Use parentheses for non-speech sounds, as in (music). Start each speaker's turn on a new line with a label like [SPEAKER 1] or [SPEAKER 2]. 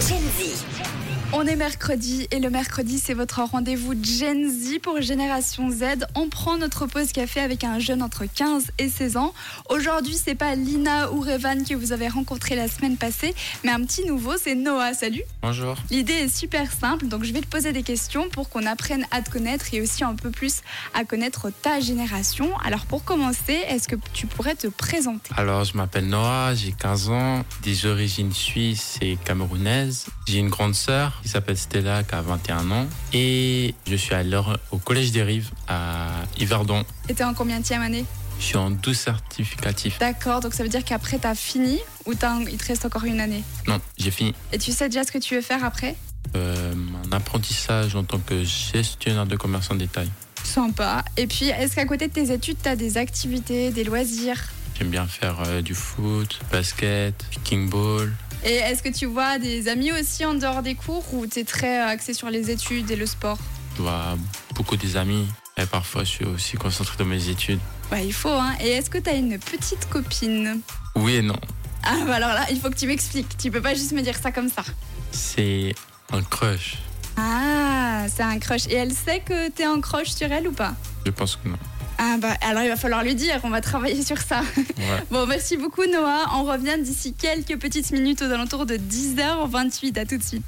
[SPEAKER 1] Gen Z.
[SPEAKER 2] On est mercredi et le mercredi c'est votre rendez-vous Gen Z pour Génération Z. On prend notre pause café avec un jeune entre 15 et 16 ans. Aujourd'hui c'est pas Lina ou Revan que vous avez rencontré la semaine passée, mais un petit nouveau c'est Noah. Salut.
[SPEAKER 3] Bonjour.
[SPEAKER 2] L'idée est super simple donc je vais te poser des questions pour qu'on apprenne à te connaître et aussi un peu plus à connaître ta génération. Alors pour commencer, est-ce que tu pourrais te présenter
[SPEAKER 3] Alors, je m'appelle Noah, j'ai 15 ans, des origines suisses et camerounaises. J'ai une grande sœur qui s'appelle Stella, qui a 21 ans. Et je suis à l'heure au Collège des Rives à Yverdon.
[SPEAKER 2] Et t'es en combien de année
[SPEAKER 3] Je suis en 12 certificatif.
[SPEAKER 2] D'accord, donc ça veut dire qu'après t'as fini ou t'as- il te reste encore une année
[SPEAKER 3] Non, j'ai fini
[SPEAKER 2] Et tu sais déjà ce que tu veux faire après
[SPEAKER 3] euh, mon apprentissage en tant que gestionnaire de commerce en détail.
[SPEAKER 2] Sympa. Et puis, est-ce qu'à côté de tes études, tu as des activités, des loisirs
[SPEAKER 3] J'aime bien faire euh, du foot, basket, kicking ball.
[SPEAKER 2] Et est-ce que tu vois des amis aussi en dehors des cours ou tu es très euh, axé sur les études et le sport
[SPEAKER 3] Je vois beaucoup des amis. Et parfois, je suis aussi concentré dans mes études.
[SPEAKER 2] Ouais, il faut, hein. Et est-ce que tu as une petite copine
[SPEAKER 3] Oui et non.
[SPEAKER 2] Ah, bah alors là, il faut que tu m'expliques. Tu peux pas juste me dire ça comme ça.
[SPEAKER 3] C'est un crush.
[SPEAKER 2] Ah, c'est un crush. Et elle sait que t'es en crush sur elle ou pas
[SPEAKER 3] Je pense que non.
[SPEAKER 2] Ah, bah alors il va falloir lui dire, on va travailler sur ça.
[SPEAKER 3] Ouais.
[SPEAKER 2] (laughs) Bon, merci beaucoup, Noah. On revient d'ici quelques petites minutes aux alentours de 10h28. À tout de suite.